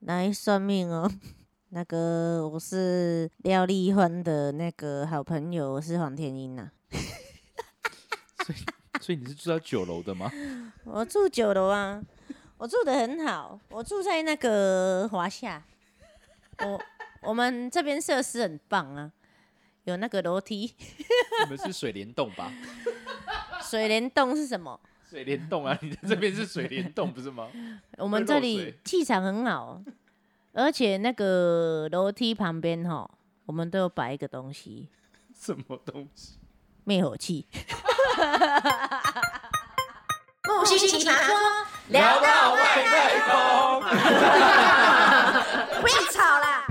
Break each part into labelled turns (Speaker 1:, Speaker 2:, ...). Speaker 1: 来算命哦。 那个我是廖丽欢的那个好朋友，我是黄天英呐、
Speaker 2: 所以你是住在九楼的吗？
Speaker 1: 我住九楼啊，我住的很好，我住在那个华夏，我 我们这边设施很棒啊，有那个楼梯。
Speaker 2: 你们是水帘洞吧？
Speaker 1: 水帘洞是什么？
Speaker 2: 水帘洞啊，你的这边是水帘洞不是吗？
Speaker 1: 我们这里气场很好，而且那个楼梯旁边哈，我们都有摆一个东西，
Speaker 2: 什么东西？
Speaker 1: 灭火器。
Speaker 3: 木须奇葩说，
Speaker 2: 聊到外太空。
Speaker 3: 不要吵啦！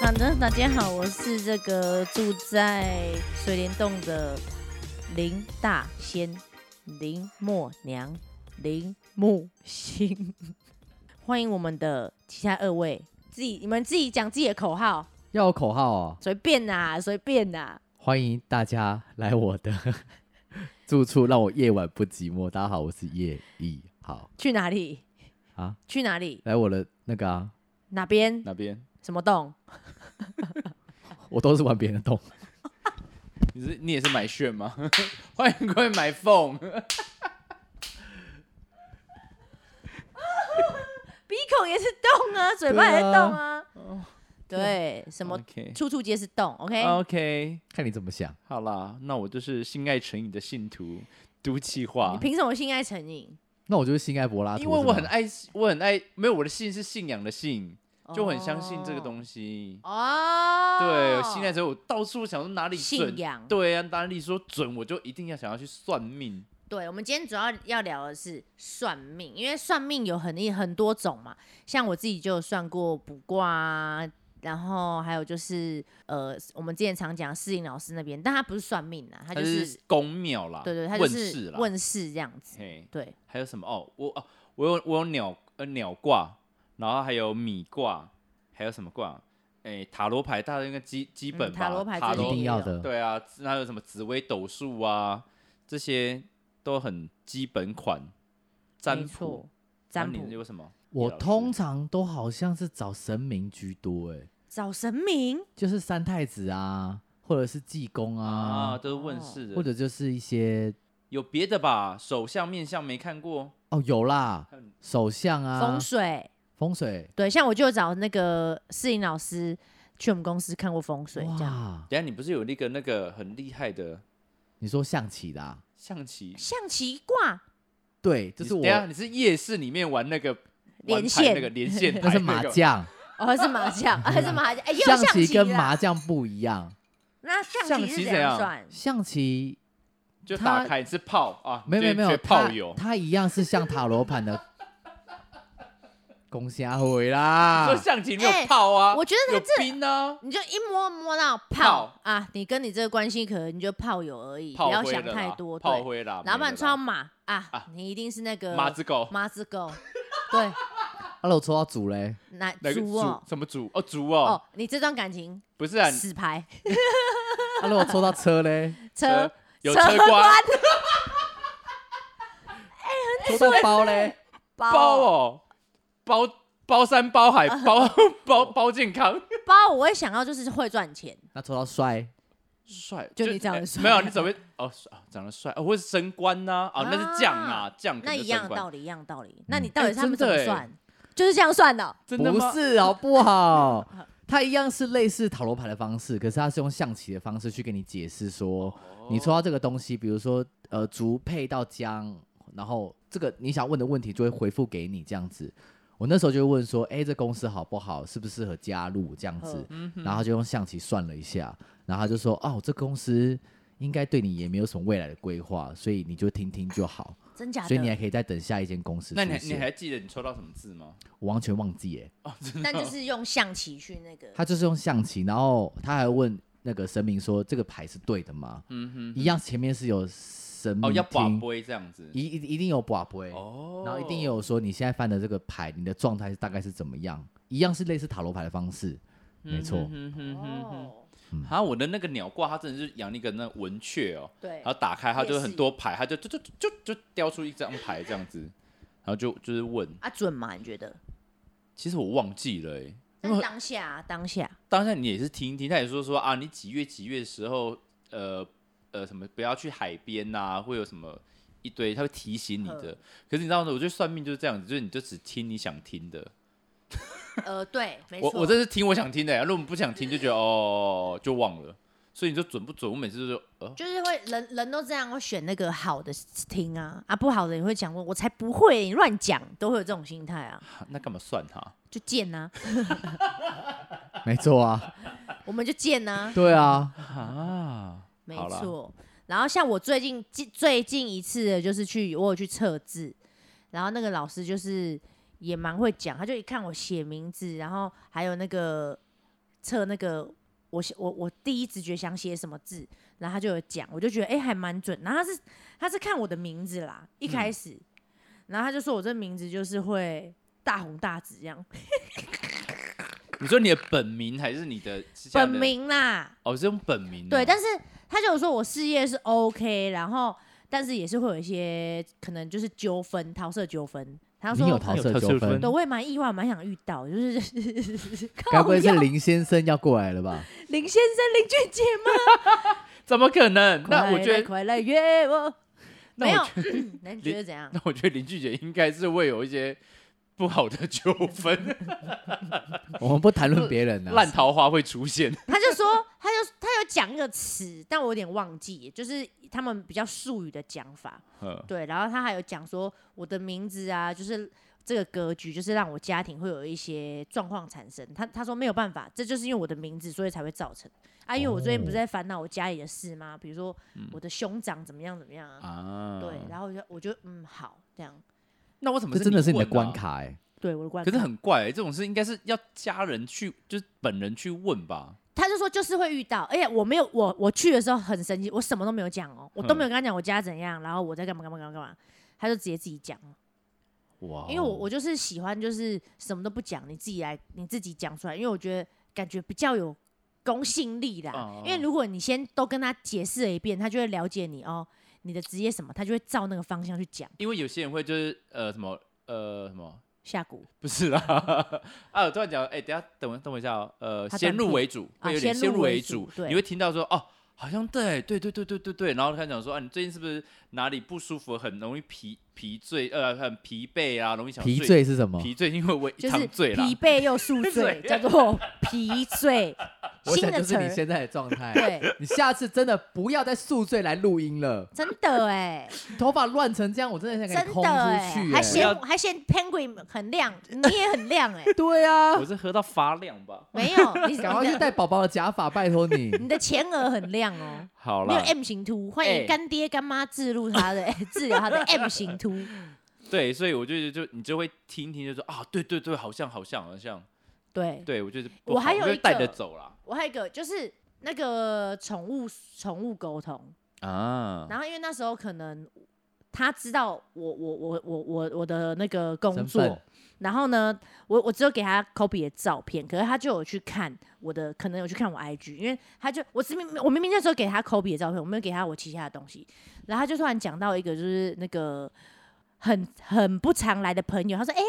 Speaker 1: 好的，大家好，我是这个住在水帘洞的林大仙、林默娘、林木星。 欢迎我们的其他二位，自己你们自己讲自己的口号，
Speaker 4: 要有口号哦，
Speaker 1: 随便呐、随便呐、
Speaker 4: 欢迎大家来我的 住处，让我夜晚不寂寞。大家好，我是叶一好
Speaker 1: 去哪里？
Speaker 4: 啊，
Speaker 1: 去哪里？
Speaker 4: 来我的那个啊，
Speaker 1: 哪边？
Speaker 2: 哪边？
Speaker 1: 什么洞？
Speaker 4: 我都是玩别人的洞，
Speaker 2: 你是你也是买炫吗？ 欢迎各位买 phone。
Speaker 1: 鼻孔也是洞 啊，嘴巴也是洞啊。对，什么
Speaker 2: 哦 OK 哦
Speaker 1: 处处皆是洞，OK？
Speaker 2: OK，
Speaker 4: 看你怎么想。
Speaker 2: 好啦，那我就是性爱成瘾的信徒，毒气
Speaker 1: 你
Speaker 2: 化。
Speaker 1: 凭什么性爱成瘾？
Speaker 4: 那我就是性爱柏
Speaker 1: 啊
Speaker 4: 拉图，
Speaker 2: 因为我很
Speaker 4: 是吗，
Speaker 2: 爱，我很爱，没有我的信是信仰的信，就很相信这个
Speaker 1: 西。
Speaker 2: 东西。
Speaker 1: 哦，
Speaker 2: 对，信赖之后，我到处想说哪里
Speaker 1: 信
Speaker 2: 准
Speaker 1: 仰
Speaker 2: 对啊，哪里说准，我就一定要想要去算命。
Speaker 1: 对，我们今天主要要聊的是算命，因为算命有很一很多种嘛，像我自己就有算过卜卦啊，然后还有就是呃，我们之前常讲世颖老师那边，但他不是算命啊，他
Speaker 2: 它
Speaker 1: 就是
Speaker 2: 是公庙啦，
Speaker 1: 对对，他就
Speaker 2: 问
Speaker 1: 是
Speaker 2: 世啦，
Speaker 1: 问世这样子。
Speaker 2: 嘿，
Speaker 1: 对，嗯
Speaker 2: 还有什么？哦，我哦，我有我有鸟呃鸟卦，然后还有米卦，还有什么卦？哎，塔罗牌大家应该基基本
Speaker 1: 嗯
Speaker 2: 吧？
Speaker 1: 塔罗牌
Speaker 2: 塔
Speaker 1: 最
Speaker 4: 一
Speaker 2: 罗
Speaker 4: 定要的。
Speaker 2: 对啊，还有什么紫微斗数啊，这些都很基本款。占
Speaker 1: 没
Speaker 2: 卜
Speaker 1: 错，，占
Speaker 2: 那
Speaker 1: 卜
Speaker 2: 你有什么？
Speaker 4: 我
Speaker 2: 叶老师
Speaker 4: 通常都好像是找神明居多，哎，
Speaker 1: 找神明。
Speaker 4: 就是三太子啊，或者是济公
Speaker 2: 啊
Speaker 4: 啊，
Speaker 2: 都是问世的，
Speaker 4: 或者就是一些
Speaker 2: 有别的吧？手相面相没看过，
Speaker 4: 哦有啦
Speaker 2: 还有，
Speaker 4: 首相啊，
Speaker 1: 风水，
Speaker 4: 风水，
Speaker 1: 对，像我就找那个世颖老师去我们公司看过风水，这样
Speaker 4: 哇，
Speaker 2: 等一下你不是有那个那个很厉害的
Speaker 4: 你说象棋的啊，
Speaker 2: 象棋？
Speaker 1: 象棋卦
Speaker 4: 对，就是
Speaker 2: 你
Speaker 4: 我
Speaker 2: 等一，下你是夜市里面玩那个玩
Speaker 1: 连
Speaker 2: 牌
Speaker 1: 线
Speaker 2: 那个连 线牌、
Speaker 4: 那是麻，将。
Speaker 1: 哦，还是麻 将，还是麻将，哎，又有
Speaker 2: 啊
Speaker 4: 象
Speaker 1: 棋
Speaker 4: 棋跟
Speaker 1: 啦
Speaker 4: 麻将不一样，
Speaker 1: 那
Speaker 2: 象
Speaker 1: 象棋
Speaker 2: 棋
Speaker 1: 是
Speaker 2: 怎样
Speaker 1: 算？
Speaker 4: 象棋
Speaker 2: 就
Speaker 4: 它
Speaker 2: 打开你是炮啊，
Speaker 4: 没有没有
Speaker 2: 就
Speaker 4: 没有
Speaker 2: 就炮
Speaker 4: 它
Speaker 2: 友。
Speaker 4: 它一样是像塔罗盘的攻下回
Speaker 2: 你
Speaker 4: 啦
Speaker 2: 说。象棋没有
Speaker 1: 哎
Speaker 2: 炮啊，
Speaker 1: 我觉得
Speaker 2: 有
Speaker 1: 他这
Speaker 2: 兵啊，
Speaker 1: 你就一摸摸到
Speaker 2: 炮
Speaker 1: 炮啊，你跟你这个关系可能你就炮友而已，
Speaker 2: 炮
Speaker 1: 不
Speaker 2: 灰
Speaker 1: 要
Speaker 2: 了
Speaker 1: 想
Speaker 2: 啦
Speaker 1: 太多。
Speaker 2: 炮
Speaker 1: 对，
Speaker 2: 灰啦，
Speaker 1: 老板抽到
Speaker 2: 超
Speaker 1: 马
Speaker 2: 啊
Speaker 1: 啊，你一定是那个
Speaker 2: 马子狗，
Speaker 1: 马子 狗，对，
Speaker 4: 阿罗抽到主嘞，
Speaker 1: 那
Speaker 2: 那个
Speaker 1: 猪哦
Speaker 2: 什么猪哦猪哦
Speaker 1: 哦，，你这段感情
Speaker 2: 不是啊
Speaker 1: 死牌
Speaker 4: 阿罗抽到 车嘞，
Speaker 1: 车
Speaker 2: 有
Speaker 1: 车
Speaker 2: 车瓜
Speaker 4: 抽到包嘞，
Speaker 2: 包
Speaker 1: 包
Speaker 2: 哦，包包山 包海包包包健康，
Speaker 1: 包，我会想到就是会赚钱，
Speaker 4: 那抽到帅，
Speaker 2: 帅
Speaker 1: 就你长得
Speaker 2: 哎
Speaker 1: 帅
Speaker 2: 没有你怎么会哦是啊长得帅哦，或是升官呐啊那是将啊将可
Speaker 1: 那
Speaker 2: 能
Speaker 1: 一
Speaker 2: 是
Speaker 1: 样
Speaker 2: 升
Speaker 1: 的
Speaker 2: 官，
Speaker 1: 道理，一样道理。那你
Speaker 4: 嗯
Speaker 1: 到底
Speaker 2: 哎
Speaker 1: 他们怎
Speaker 2: 真的
Speaker 1: 么
Speaker 2: 哎
Speaker 1: 算？就是这样算的哦，
Speaker 2: 真的
Speaker 4: 不
Speaker 2: 吗？
Speaker 4: 是好不好？ 它一样是类似塔罗牌的方式，可是它是用象棋的方式去跟你解释说，
Speaker 2: 哦
Speaker 4: 你抽到这个东西，比如说呃竹配到姜，然后这个你想问的问题就会回复给你这样子。我那时候就会问说，哎、这公司好不好？适不适合加入这样子？
Speaker 2: 嗯
Speaker 4: 然后他就用象棋算了一下，然后他就说，哦，这公司应该对你也没有什么未来的规划，所以你就听听就 好。
Speaker 1: 真假
Speaker 4: 所以你还
Speaker 1: 的？
Speaker 4: 可以再等下一间公司出
Speaker 2: 那
Speaker 4: 现。
Speaker 2: 你还你还记得你抽到什么字吗？
Speaker 4: 我完全忘记哎、
Speaker 1: 但就是用象棋去那个，
Speaker 4: 他就是用象棋，然后他还问那个神明说，这个牌是对的吗？
Speaker 2: 嗯
Speaker 4: 一样前面是有神
Speaker 2: 哼，哦
Speaker 4: 明
Speaker 2: 要把
Speaker 4: 嗯听
Speaker 2: 杯这样子
Speaker 4: 一一一定有卜杯，
Speaker 2: 哦
Speaker 4: 然后一定有说你现在翻的这个牌，你的状态大概是怎么样？一样是类似塔罗牌的方式，没错。
Speaker 2: 嗯哼哼哼哼
Speaker 1: 哦，
Speaker 2: 啊，我的那个鸟挂，它真的是养一个那文雀哦，
Speaker 1: 对
Speaker 2: 然后打开它
Speaker 1: 夜
Speaker 2: 就
Speaker 1: 市
Speaker 2: 很多牌，它就就就就就就叼出一张牌这样子，然后就就是问，
Speaker 1: 啊，准吗？你觉得？
Speaker 2: 其实我忘记了哎，因
Speaker 1: 但
Speaker 2: 为
Speaker 1: 当下啊当下，
Speaker 2: 当下你也是听一听，他也说说啊，你几月几月的时候，呃呃什么不要去海边呐、会有什么一堆，他会提醒你
Speaker 1: 嗯
Speaker 2: 的。可是你知道吗？我觉得算命就是这样子，就是你就只听你想听的。
Speaker 1: 呃，对，没
Speaker 2: 我我这是听我想听的、欸如果你不想听，就觉得哦就忘了。所以你说准不准？我每次都说呃，
Speaker 1: 就是会人人都这样，会选那个好的听啊啊，不好的你会讲说，我才不会，你乱讲，都会有这种心态啊，
Speaker 2: 哈那干嘛算它？
Speaker 1: 就贱啊呐、
Speaker 4: 没错啊，
Speaker 1: 我们就贱呐、
Speaker 4: 对啊，
Speaker 1: 嗯
Speaker 2: 啊？
Speaker 1: 没
Speaker 2: 好啦
Speaker 1: 错。然后像我最近近最近一次的就是去我有去测字，然后那个老师就是也蛮会讲，他就一看我写名字，然后还有那个测那个我写我我第一直觉想写什么字，然后他就有讲，我就觉得哎、诶还蛮准。然后他是他是看我的名字啦，一开
Speaker 2: 嗯
Speaker 1: 始，然后他就说我这名字就是会大红大紫这样，
Speaker 2: 你说你的本名还是你的是这
Speaker 1: 本
Speaker 2: 样的？
Speaker 1: 名啦，
Speaker 2: 哦，是用本
Speaker 4: 嗯
Speaker 2: 名哦、
Speaker 1: 对，但是他就有说我事业是 OK，然后但是也是会有一些可能就是纠纷、桃色纠纷。他说
Speaker 4: 你有桃色纠纷
Speaker 1: 对，，我啊也蛮意外，蛮想遇到，就是
Speaker 4: 该不会是
Speaker 1: 靠腰
Speaker 4: 林先生要过来了 吧？
Speaker 1: 林先生、林俊杰吗？
Speaker 2: 怎么可能？那我
Speaker 1: 快
Speaker 2: 觉
Speaker 1: 来
Speaker 2: 得，
Speaker 1: 快来约我，
Speaker 2: 那
Speaker 1: 没有
Speaker 2: 我觉得，
Speaker 1: 那你觉得怎样？
Speaker 2: 那我觉得林俊杰应该是会有一些不好的纠 纷，
Speaker 4: 我们不谈论别人
Speaker 2: 烂
Speaker 4: 啊，
Speaker 2: 桃花会出 现。
Speaker 1: 他就说，他就他有讲一个词，但我有点忘记，就是他们比较术语的讲法。
Speaker 2: 嗯
Speaker 1: 对，然后他还有讲说我的名字啊，就是这个格局，就是让我家庭会有一些状况产生。他他说没有办法，这就是因为我的名字，所以才会造成啊。因为我最近不是在烦恼我家里的事吗？比如说我的兄长怎么样怎么样嗯啊？
Speaker 2: 啊
Speaker 1: 对，然后我就我就嗯好这样，
Speaker 2: 那为什么
Speaker 4: 这真的是你的
Speaker 2: 问啊
Speaker 4: 关？卡哎、
Speaker 1: 对我的观
Speaker 2: 可
Speaker 1: 察。
Speaker 2: 是很怪欸，这种事应该是要家人去，就是本人去问吧。
Speaker 1: 他就说就是会遇到，而且我没有我我去的时候很神奇，我什么都没有讲哦，我都没有跟他讲我家怎样，然后我在干嘛干嘛干嘛干嘛，他就直接自己讲哦。
Speaker 2: 哇
Speaker 1: 因为我我就是喜欢就是什么都不讲，你自己来你自己讲出来，因为我觉得感觉比较有公信力啦。
Speaker 2: 哦
Speaker 1: 因为如果你先都跟他解释了一遍，他就会了解你哦，你的职业什么，他就会照那个方向去讲。
Speaker 2: 因为有些人会就是呃什么呃什么。
Speaker 1: 下蛊
Speaker 2: 不是啦， 啊！我突然讲，哎、等一下，等我，等我一下哦。呃，
Speaker 1: 他
Speaker 2: 先
Speaker 1: 断
Speaker 2: 入
Speaker 1: 片
Speaker 2: 为主，
Speaker 1: 啊
Speaker 2: 会有点
Speaker 1: 先
Speaker 2: 先
Speaker 1: 入
Speaker 2: 入
Speaker 1: 为
Speaker 2: 为
Speaker 1: 主
Speaker 2: 主，
Speaker 1: 对
Speaker 2: 你会听到说，哦，好像对，对，对，对，对，对，对，然后他讲说，啊，你最近是不是哪里不舒服，很容易疲疲醉，呃，很疲惫啊，容易想
Speaker 4: 皮
Speaker 2: 睡，
Speaker 4: 醉是什么？
Speaker 2: 疲醉，因为我
Speaker 1: 就是
Speaker 2: 一堂醉啦
Speaker 1: 疲，惫又宿醉
Speaker 2: 醉，
Speaker 1: 叫做疲 醉，
Speaker 4: 我
Speaker 1: 新
Speaker 4: 想
Speaker 1: 的
Speaker 4: 就
Speaker 1: 词
Speaker 4: 是你
Speaker 1: 儿。
Speaker 4: 现在的状态。
Speaker 1: 对，
Speaker 4: 你下次真的不要再宿醉来录音了，
Speaker 1: 真的 哎、
Speaker 4: 头发乱成这样，我真的想给
Speaker 1: 真
Speaker 4: 你
Speaker 1: 的
Speaker 4: 轰出
Speaker 1: 哎、
Speaker 4: 去、欸
Speaker 1: 还
Speaker 2: 不
Speaker 1: 嫌
Speaker 2: 要
Speaker 1: 还嫌 Penguin 很亮，你也很亮 哎、
Speaker 4: 对啊
Speaker 2: 我，是喝到发亮 吧？
Speaker 1: 没有，你
Speaker 4: 赶快
Speaker 1: 你
Speaker 4: 去
Speaker 1: 的
Speaker 4: 戴宝宝的假发，拜托你。
Speaker 1: 你的前额很亮哦。
Speaker 2: 好
Speaker 1: 没有
Speaker 2: 啦，
Speaker 1: M 型秃，欢迎
Speaker 2: 哎
Speaker 1: 干爹干妈置入他的、 治疗他的 M 型 秃。
Speaker 2: 对，所以我就就你就会听一听，就说啊，对对对，好像好像好像，
Speaker 1: 对，
Speaker 2: 对我就是不
Speaker 1: 我还有
Speaker 2: 好就
Speaker 1: 一
Speaker 2: 会带着
Speaker 1: 个
Speaker 2: 走啦
Speaker 1: 我还有一个就是那个宠物宠物沟通，
Speaker 2: 啊，
Speaker 1: 然后因为那时候可能他知道我我我我我我的那个 工
Speaker 4: 身
Speaker 1: 作
Speaker 4: 份，
Speaker 1: 然后呢，我我只有给他 copy 的照片，可是他就有去看我的，可能有去看我 IG，因为他就我是明我明明那时候给他 copy 的照片，我没有给他我旗下的东西，然后他就突然讲到一个就是那个。很很不常来的朋友，他说：“哎、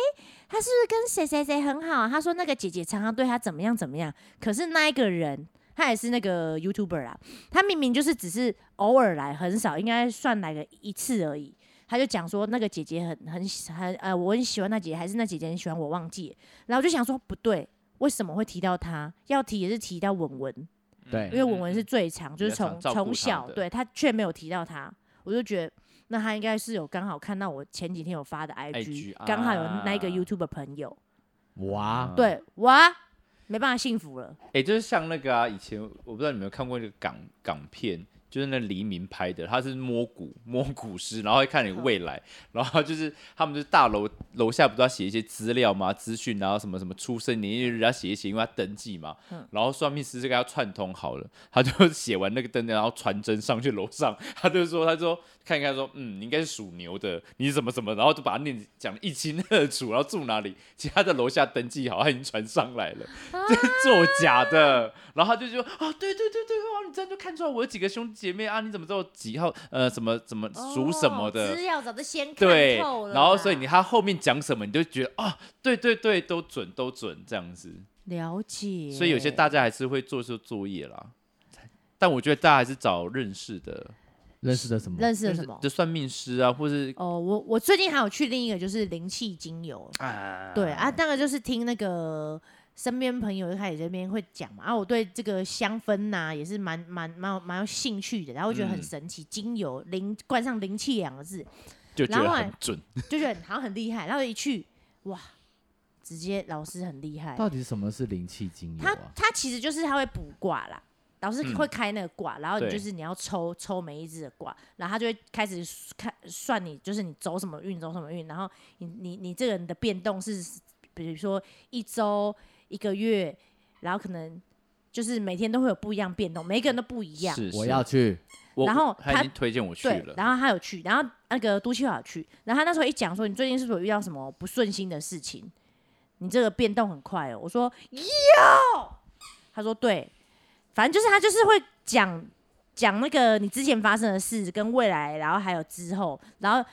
Speaker 1: 他是不是跟谁谁谁很好啊、他说：“那个姐姐常常对他怎么样怎么样。”可是那一个人，他也是那个 YouTuber 啦，他明明就是只是偶尔来，很少，应该算来个一次而已。他就讲说那个姐姐很很喜很呃，我很喜欢那姐姐，还是那姐姐很喜欢我，忘记了。然后我就想说不对，为什么会提到她？要提也是提到文文，
Speaker 4: 对
Speaker 1: 因为文文是最长，就是
Speaker 2: 嗯比较
Speaker 1: 从
Speaker 2: 常照顾
Speaker 1: 从小
Speaker 2: 她的
Speaker 1: 对她却没有提到她，我就觉得。那她应该是有刚好看到我前几天有发的 IG，
Speaker 2: IG
Speaker 1: 刚、好有那一个
Speaker 2: 啊
Speaker 1: YouTube 朋友，
Speaker 4: 哇，
Speaker 2: 啊
Speaker 1: 对哇，没办法幸福了。
Speaker 2: 哎、就是像那个啊，以前我不知道你有没有看过那个港港片，就是那黎明拍的，他是摸骨摸骨师，然后会看你未来，然后就是他们就是大楼楼下不都要写一些资料吗？资讯，然后什么什么出生年月日要写一写，因为要登记嘛。然后算命师就跟他串通好了，他就 写完那个登记，然后传真上去楼上，他就说，他说看一看说，嗯，你应该是属牛的，你怎么怎么，然后就把他念讲的一清二楚，然后住哪里，其实他在楼下登记好，他已经传上来了，这是作假的。然后他就说啊，对对对对，哇，你这样就看出来我有几个兄弟姐妹啊，你怎么知道我几号？呃，什么怎么属什么
Speaker 1: 哦
Speaker 2: 的？
Speaker 5: 哦资料早就先看
Speaker 2: 对
Speaker 5: 透，了
Speaker 2: 然后所以
Speaker 5: 啦
Speaker 2: 你他后面讲什么，你就觉得啊，对对对，都准都准这样子。
Speaker 1: 了解。
Speaker 2: 所以有些大家还是会做出作业啦，但我觉得大家还是找认识的，
Speaker 4: 认识的什么？
Speaker 1: 认识了什么？
Speaker 2: 就算命师啊，或是
Speaker 1: 哦，我我最近还有去另一个就是灵气精油，
Speaker 2: 啊，
Speaker 1: 对啊，那个就是听那个身边朋友一开始这边会讲嘛，啊，我对这个香氛呐、也是蛮蛮蛮有蛮有兴趣的，然后觉得很
Speaker 2: 嗯
Speaker 1: 神奇，精油灵冠上灵气两个字，
Speaker 2: 就觉
Speaker 1: 然
Speaker 2: 得
Speaker 1: 后
Speaker 2: 很准。
Speaker 1: 就觉得好像很厉害，然后一去哇，直接老师很厉害，
Speaker 4: 到底什么是灵气精油
Speaker 1: 他
Speaker 4: 啊？
Speaker 1: 他其实就是他会卜卦啦，老师
Speaker 2: 嗯
Speaker 1: 会开那个卦，然后你
Speaker 2: 对
Speaker 1: 就是你要抽抽每一只的卦，然后他就会开始看算你，就是你走什么运，走什么运，然后你你你这个人的变动是，比如说一周、一个月，然后可能就是每天都会有不一样变动，每一个人都不一样。
Speaker 2: 是，
Speaker 4: 我
Speaker 2: 是
Speaker 4: 要去，
Speaker 2: 我
Speaker 1: 然后
Speaker 2: 他
Speaker 1: 他
Speaker 2: 已经推荐我去
Speaker 1: 对，
Speaker 2: 了，
Speaker 1: 然后他有去，然后那个都七华有去，然后他那时候一讲说，你最近是不是有遇到什么不顺心的事情？你这个变动很快哦。我说有，他说对，反正就是他就是会讲讲那个你之前发生的事跟未来，然后还有之后，然后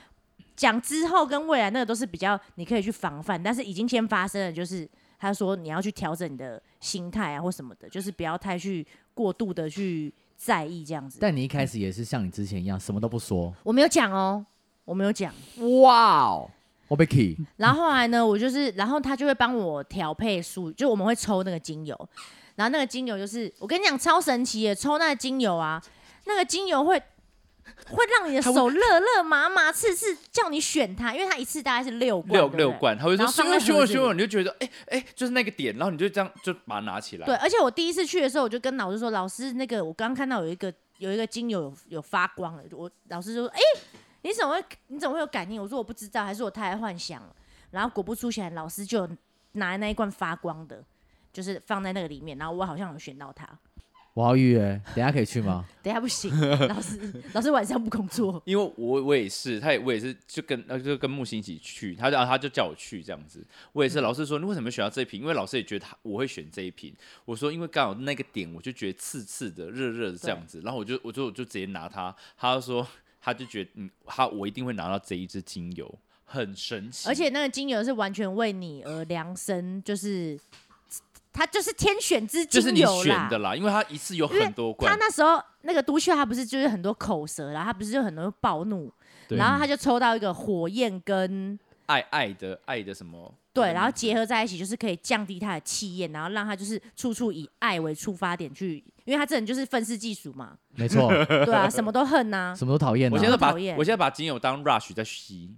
Speaker 1: 讲之后跟未来那个都是比较你可以去防范，但是已经先发生了，就是他说你要去调整你的心态啊或什么的，就是不要太去过度的去在意这样子。
Speaker 4: 但你一开始也是像你之前一样，什么都不说。
Speaker 1: 我没有讲哦，我没有讲。
Speaker 4: 哇哦，我被 key，
Speaker 1: 然后后来呢，我就是，然后他就会帮我调配数，就我们会抽那个精油，然后那个精油就是，我跟你讲超神奇耶，抽那个精油啊，那个精油会会让你的手热热麻麻刺刺，叫你选它，因为它一次大概是六罐，
Speaker 2: 六
Speaker 1: 对不对
Speaker 2: 六。罐，他会
Speaker 1: 然
Speaker 2: 说
Speaker 1: 后
Speaker 2: 凶
Speaker 1: 放在
Speaker 2: 我凶我
Speaker 1: 盒子
Speaker 2: 凶
Speaker 1: 里
Speaker 2: 我，你就觉得哎哎，就是那个点，然后你就这样就把它拿起来。
Speaker 1: 对，而且我第一次去的时候，我就跟老师说，老师那个我刚看到有一个有一个精油有有发光了，我老师就说，哎、你怎么会你怎么会有感应？我说我不知道，还是我太爱幻想了。然后果不出其然，老师就拿那一罐发光的，就是放在那个里面，然后我好像有选到它。
Speaker 4: 我要预约，等一下可以 去吗？
Speaker 1: 等一下不 行，老师老师晚上不工作，
Speaker 2: 因为我我也是，他也我也是，就跟呃就跟木星一起去，他就、啊、他就叫我去这样子，我也
Speaker 1: 嗯
Speaker 2: 是。老师说你为什么选到这一瓶？因为老师也觉得他我会选这一瓶。我说因为刚好那个点，我就觉得刺刺的、热热的这样子，然后我就我就我就直接拿它。他就说他就觉得嗯，他我一定会拿到这一支精油，很神奇。
Speaker 1: 而且那个精油是完全为你而量身，就是它就是天选之
Speaker 2: 就
Speaker 1: 精
Speaker 2: 是你
Speaker 1: 油啦。
Speaker 2: 选的啦，因为它一次有
Speaker 1: 因为
Speaker 2: 很多
Speaker 1: 他
Speaker 2: 罐，
Speaker 1: 那时候那个毒枭，他不是就是很多口舌，然后他不是就很多暴怒，
Speaker 2: 对
Speaker 1: 然后他就抽到一个火焰跟
Speaker 2: 爱爱的爱的什么
Speaker 1: 对，然后结合在一起，就是可以降低他的气焰，然后让他就是处处以爱为出发点去，因为他这人就是愤世嫉俗 嘛，
Speaker 4: 没错，
Speaker 1: 对啊，什么都恨呐、
Speaker 4: 什么都讨厌、啊。
Speaker 2: 我现在把
Speaker 1: 讨
Speaker 2: 我
Speaker 1: 厌
Speaker 2: 现在把精油当 rush 在吸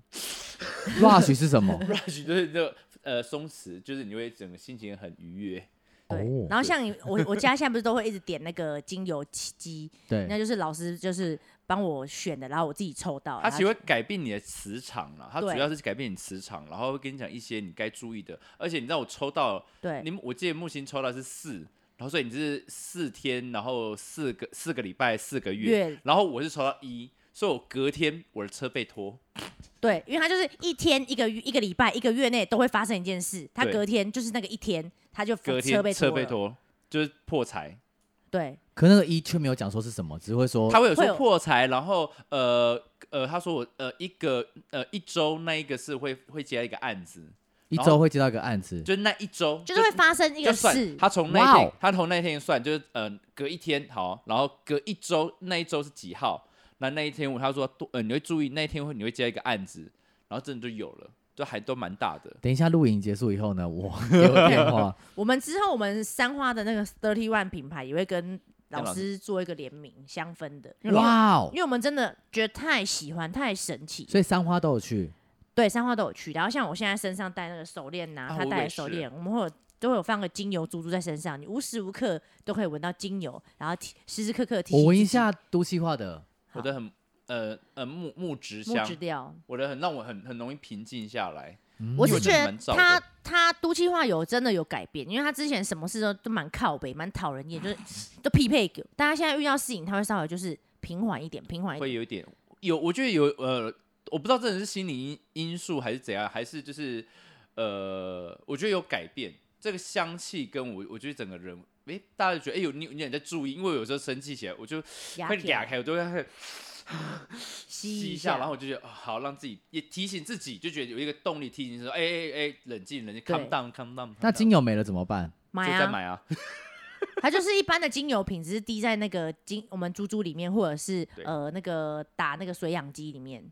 Speaker 4: rush 是什么？
Speaker 2: ，rush 就是那个呃松弛，就是你会整个心情很愉悦。
Speaker 1: 对
Speaker 4: 哦，
Speaker 1: 然后像你我我家现在不是都会一直点那个精油机，那
Speaker 4: 对，
Speaker 1: 就是老师就是帮我选的，然后我自己抽到，
Speaker 2: 它
Speaker 1: 然
Speaker 2: 其
Speaker 1: 后
Speaker 2: 实会改变你的磁场啦，它主
Speaker 1: 对
Speaker 2: 要是改变你磁场，然后会跟你讲一些你该注意的。而且你知道我抽到，
Speaker 1: 对
Speaker 2: 你我记得木星抽到是四，然后所以你是四天，然后四个四个礼拜四个月，
Speaker 1: 月
Speaker 2: 然后我是抽到一，所以我隔天我的车被拖，
Speaker 1: 对，因为他就是一天、一个月、一个礼拜、一个月内都会发生一件事，他
Speaker 2: 对
Speaker 1: 隔天就是那个一天，他就车
Speaker 2: 隔天
Speaker 1: 被
Speaker 2: 车
Speaker 1: 拖
Speaker 2: 被
Speaker 1: 了
Speaker 2: 拖就是破财，
Speaker 1: 对，
Speaker 4: 可那个一却没有讲说是什么，只会说
Speaker 2: 他会有
Speaker 1: 哦会
Speaker 2: 说
Speaker 1: 有
Speaker 2: 破财，然后呃呃，他说我呃一个呃一周那一个是会会接一个案子，
Speaker 4: 一周会接到一个案子，
Speaker 2: 就是那一周
Speaker 1: 就是会发生一
Speaker 2: 就
Speaker 1: 个
Speaker 2: 算
Speaker 1: 事，
Speaker 2: 他从那一天
Speaker 4: 哇哦，
Speaker 2: 他从那一天算，就是呃隔一天好，然后隔一周那一周是几号？那那一天我他说多呃你会注意那一天会你会接一个案子，然后真的就有了，就还都蛮大的。
Speaker 4: 等一下录影结束以后 呢，我给我电话。
Speaker 1: 我们之后我们三花的那个 Thirty One 品牌也会跟
Speaker 2: 跟
Speaker 1: 老
Speaker 2: 老
Speaker 1: 师做一个联名香氛的，
Speaker 4: 哇哦
Speaker 1: 因！为我们真的觉得太喜欢、太神奇。
Speaker 4: 所以三花都有去，
Speaker 1: 对，三花都有去，然后像我现在身上戴那个手链呐、
Speaker 2: 啊
Speaker 1: 他
Speaker 2: 我
Speaker 1: 戴
Speaker 2: 也
Speaker 1: 的手
Speaker 2: 是
Speaker 1: 链，我们会有都会有放个精油珠珠在身上，你无时无刻都可以闻到精油，然后提时时刻刻提醒
Speaker 4: 我闻一
Speaker 1: 自己
Speaker 4: 下都市化的，
Speaker 2: 我的很呃呃木木质
Speaker 1: 木
Speaker 2: 香
Speaker 1: 质，调，
Speaker 2: 我的很让我很很容易平静下来。
Speaker 4: 嗯
Speaker 1: 我是
Speaker 2: 嗯因为
Speaker 1: 觉
Speaker 2: 真的
Speaker 1: 得
Speaker 2: 蛮燥的
Speaker 1: 他他都气化有真的有改变，因为他之前什么事都都蛮靠北，蛮讨人厌， 就是都匹配狗。但他现在遇到事情，他会稍微就是平缓一点，平缓一
Speaker 2: 会
Speaker 1: 点。
Speaker 2: 有一点有，我觉得有呃，我不知道真的是心理因因素还是怎样，还是就是呃，我觉得有改变。这个香气跟我，我觉得整个人，诶，大家就觉得哎、有你有点在注意，因为我有时候生气起来，我就
Speaker 1: 牙
Speaker 2: 会
Speaker 1: 起
Speaker 2: 打
Speaker 1: 来
Speaker 2: 开，我都会
Speaker 1: 吸
Speaker 2: 一下，然后我就觉得、哦、好，让自己也提醒自己，就觉得有一个动力提醒说，哎哎哎，冷静冷静
Speaker 1: 对
Speaker 2: ，calm down，calm down。
Speaker 4: 那精
Speaker 2: 油
Speaker 4: 油没了怎么办？
Speaker 2: 就
Speaker 1: 买
Speaker 2: 再
Speaker 1: 啊，
Speaker 2: 买啊，
Speaker 1: 它就是一般的精油品，只是滴在那个精我们猪猪里面，或者是
Speaker 2: 对
Speaker 1: 呃那个打那个水养机里面。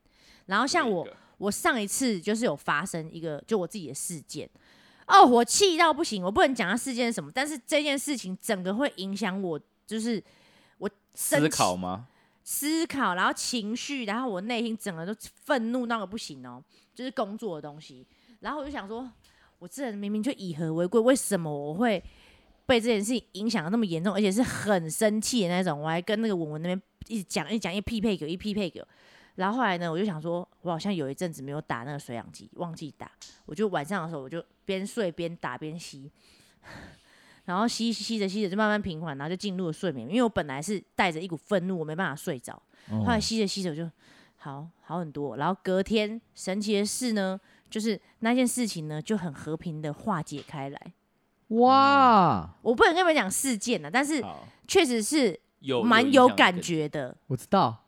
Speaker 1: 然后像
Speaker 2: 这个
Speaker 1: 我
Speaker 2: 一，个
Speaker 1: 我上一次就是有发生一个就我自己的事件，哦，我气到不行，我不能讲他事件是什么，但是这件事情整个会影响我，就是我生
Speaker 2: 思
Speaker 1: 气
Speaker 2: 考吗？
Speaker 1: 思考，然后情绪，然后我内心整个都愤怒到个不行哦，就是工作的东西。然后我就想说，我这人明明就以和为贵，为什么我会被这件事情影响的那么严重，而且是很生气的那种？我还跟那个文文那边一直讲，一直讲，一匹配给我，一匹配给我。然后后来呢，我就想说，我好像有一阵子没有打那个水氧机，忘记打。我就晚上的时候，我就边睡边打边吸，然后吸吸着吸着就慢慢平缓，然后就进入了睡眠。因为我本来是带着一股愤怒，我没办法睡着。
Speaker 4: 哦
Speaker 1: 后来吸着吸着我就好好很多。哦然后隔天神奇的事呢，就是那件事情呢就很和平的化解开来。
Speaker 4: 哇，
Speaker 1: 我不能跟你们讲事件了，但是
Speaker 2: 好，
Speaker 1: 确实是
Speaker 2: 有
Speaker 1: 蛮
Speaker 2: 有
Speaker 1: 有
Speaker 2: 影响
Speaker 1: 感
Speaker 2: 跟，
Speaker 1: 觉的。
Speaker 4: 我知道，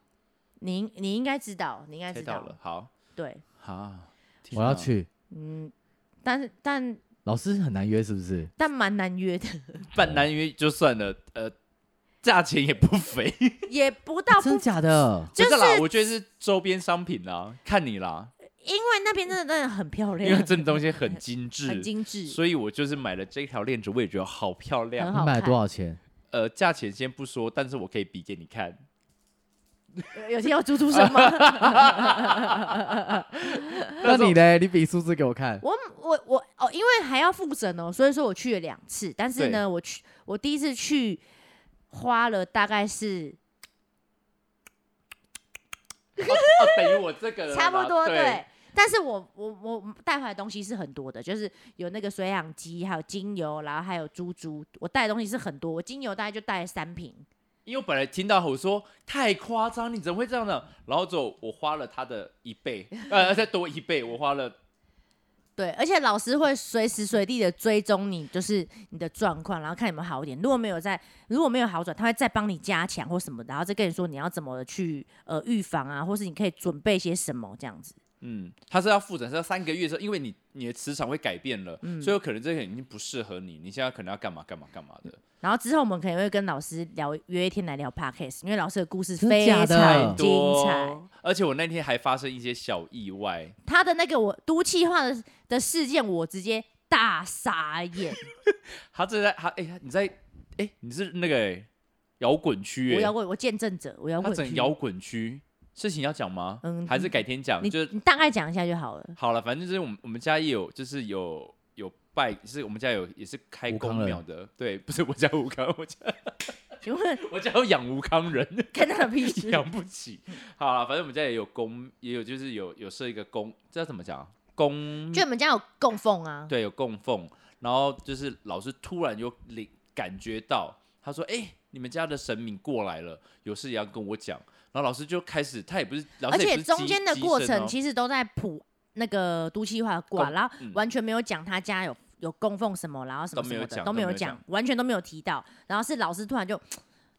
Speaker 1: 你你应该知道，你应该
Speaker 2: 猜
Speaker 1: 知
Speaker 2: 到
Speaker 1: 道，
Speaker 2: 了，好，
Speaker 1: 对，
Speaker 2: 好，天
Speaker 4: 我
Speaker 2: 哪
Speaker 4: 要去。
Speaker 1: 嗯，但是但
Speaker 4: 老师很难约是不是？
Speaker 1: 但蛮难约的，
Speaker 2: 办难约就算了，呃，价钱也不菲。
Speaker 1: 也不到不
Speaker 4: 真的假的？
Speaker 1: 就
Speaker 2: 不是啦，
Speaker 1: 是
Speaker 2: 我觉得是周边商品啦，看 你啦，
Speaker 1: 因为那边真的真的很漂
Speaker 2: 因为
Speaker 1: 亮，
Speaker 2: 这东西很精致，
Speaker 1: 很精致，嗯
Speaker 2: 所以我就是买了这条链子，我也觉得好漂
Speaker 1: 很
Speaker 2: 亮。
Speaker 1: 好
Speaker 4: 你买了
Speaker 1: 看
Speaker 4: 多。少钱？
Speaker 2: 呃，价钱先不说，但是我可以比给你看。 哦
Speaker 1: 有有听到猪猪声吗？
Speaker 4: 那你嘞？你比数字给我看。
Speaker 1: 我我我哦，因为还要复诊哦，所以说我去了两次。但是呢，我去我第一次去花了大概是
Speaker 2: 哦，哦等于我这个了啦
Speaker 1: 差不多
Speaker 2: 对，
Speaker 1: 但是我我我带回来的东西是很多的，就是有那个水养机，还有精油，然后还有猪猪。我带的东西是很多，我精油大概就带了三瓶。
Speaker 2: 因为我本来听到我说太夸张，你怎么会这样呢？然后就我花了他的一倍，呃，再多一倍，我花了
Speaker 1: 对，而且老师会随时随地的追踪你，就是你的状况，然后看有没有好一点。如果没有在，如果没有好转，他会再帮你加强或什么的，然后再跟你说你要怎么去呃预防啊，或是你可以准备些什么这样子。
Speaker 2: 嗯，他是要复诊，是要三个月之后，因为你你的磁场会改变了，
Speaker 1: 嗯
Speaker 2: 所以有可能这个已经不适合你，你现在可能要干嘛干嘛干嘛的。
Speaker 1: 然后之后我们可能会跟老师聊约一天来聊 podcast，因为老师的故事
Speaker 4: 真
Speaker 1: 非
Speaker 4: 假的
Speaker 1: 常精
Speaker 2: 多
Speaker 1: 彩。。
Speaker 2: 而且我那天还发生一些小意外，
Speaker 1: 他的那个我都气化的的事件，我直接大傻 眼。
Speaker 2: 他这在他哎、你在哎、你是那个哎摇滚区
Speaker 1: 我摇
Speaker 2: 哎，
Speaker 1: 滚，我见证者，我摇
Speaker 2: 他
Speaker 1: 滚
Speaker 2: 整
Speaker 1: 区。
Speaker 2: 摇滚区事情要讲吗？
Speaker 1: 嗯
Speaker 2: 还是改天讲？
Speaker 1: 你
Speaker 2: 就是
Speaker 1: 你大概讲一下就好了。
Speaker 2: 好了，反正就是我们我们家也有就是有有拜，是我们家有也是开
Speaker 4: 吴康
Speaker 2: 公
Speaker 4: 人
Speaker 2: 庙的，对，不是我家吴康，我家
Speaker 1: 请问
Speaker 2: 我家有养吴康人。
Speaker 1: 跟他的屁 事？
Speaker 2: 养不起。好了，反正我们家也有公，也有就是有有设一个公，这要怎么讲啊？公
Speaker 1: 就我们家有供奉啊，
Speaker 2: 对，有供奉。然后就是老师突然就领感觉到，他说：“哎、你们家的神明过来了，有事也要跟我讲。”然后老师就开始，他也不是，老师
Speaker 1: 而
Speaker 2: 也
Speaker 1: 且
Speaker 2: 不是
Speaker 1: 中
Speaker 2: 急
Speaker 1: 间的
Speaker 2: 急
Speaker 1: 过
Speaker 2: 声
Speaker 1: 程
Speaker 2: 哦
Speaker 1: 其实都在谱那个都气化的卦，
Speaker 2: 供
Speaker 1: 然后
Speaker 2: 嗯
Speaker 1: 完全没有讲他家有有供奉什么，然后什么什
Speaker 2: 都没有
Speaker 1: 么的
Speaker 2: 讲
Speaker 1: 都没
Speaker 2: 都
Speaker 1: 有
Speaker 2: 没有
Speaker 1: 讲，完全都没有提到。然后是老师突然就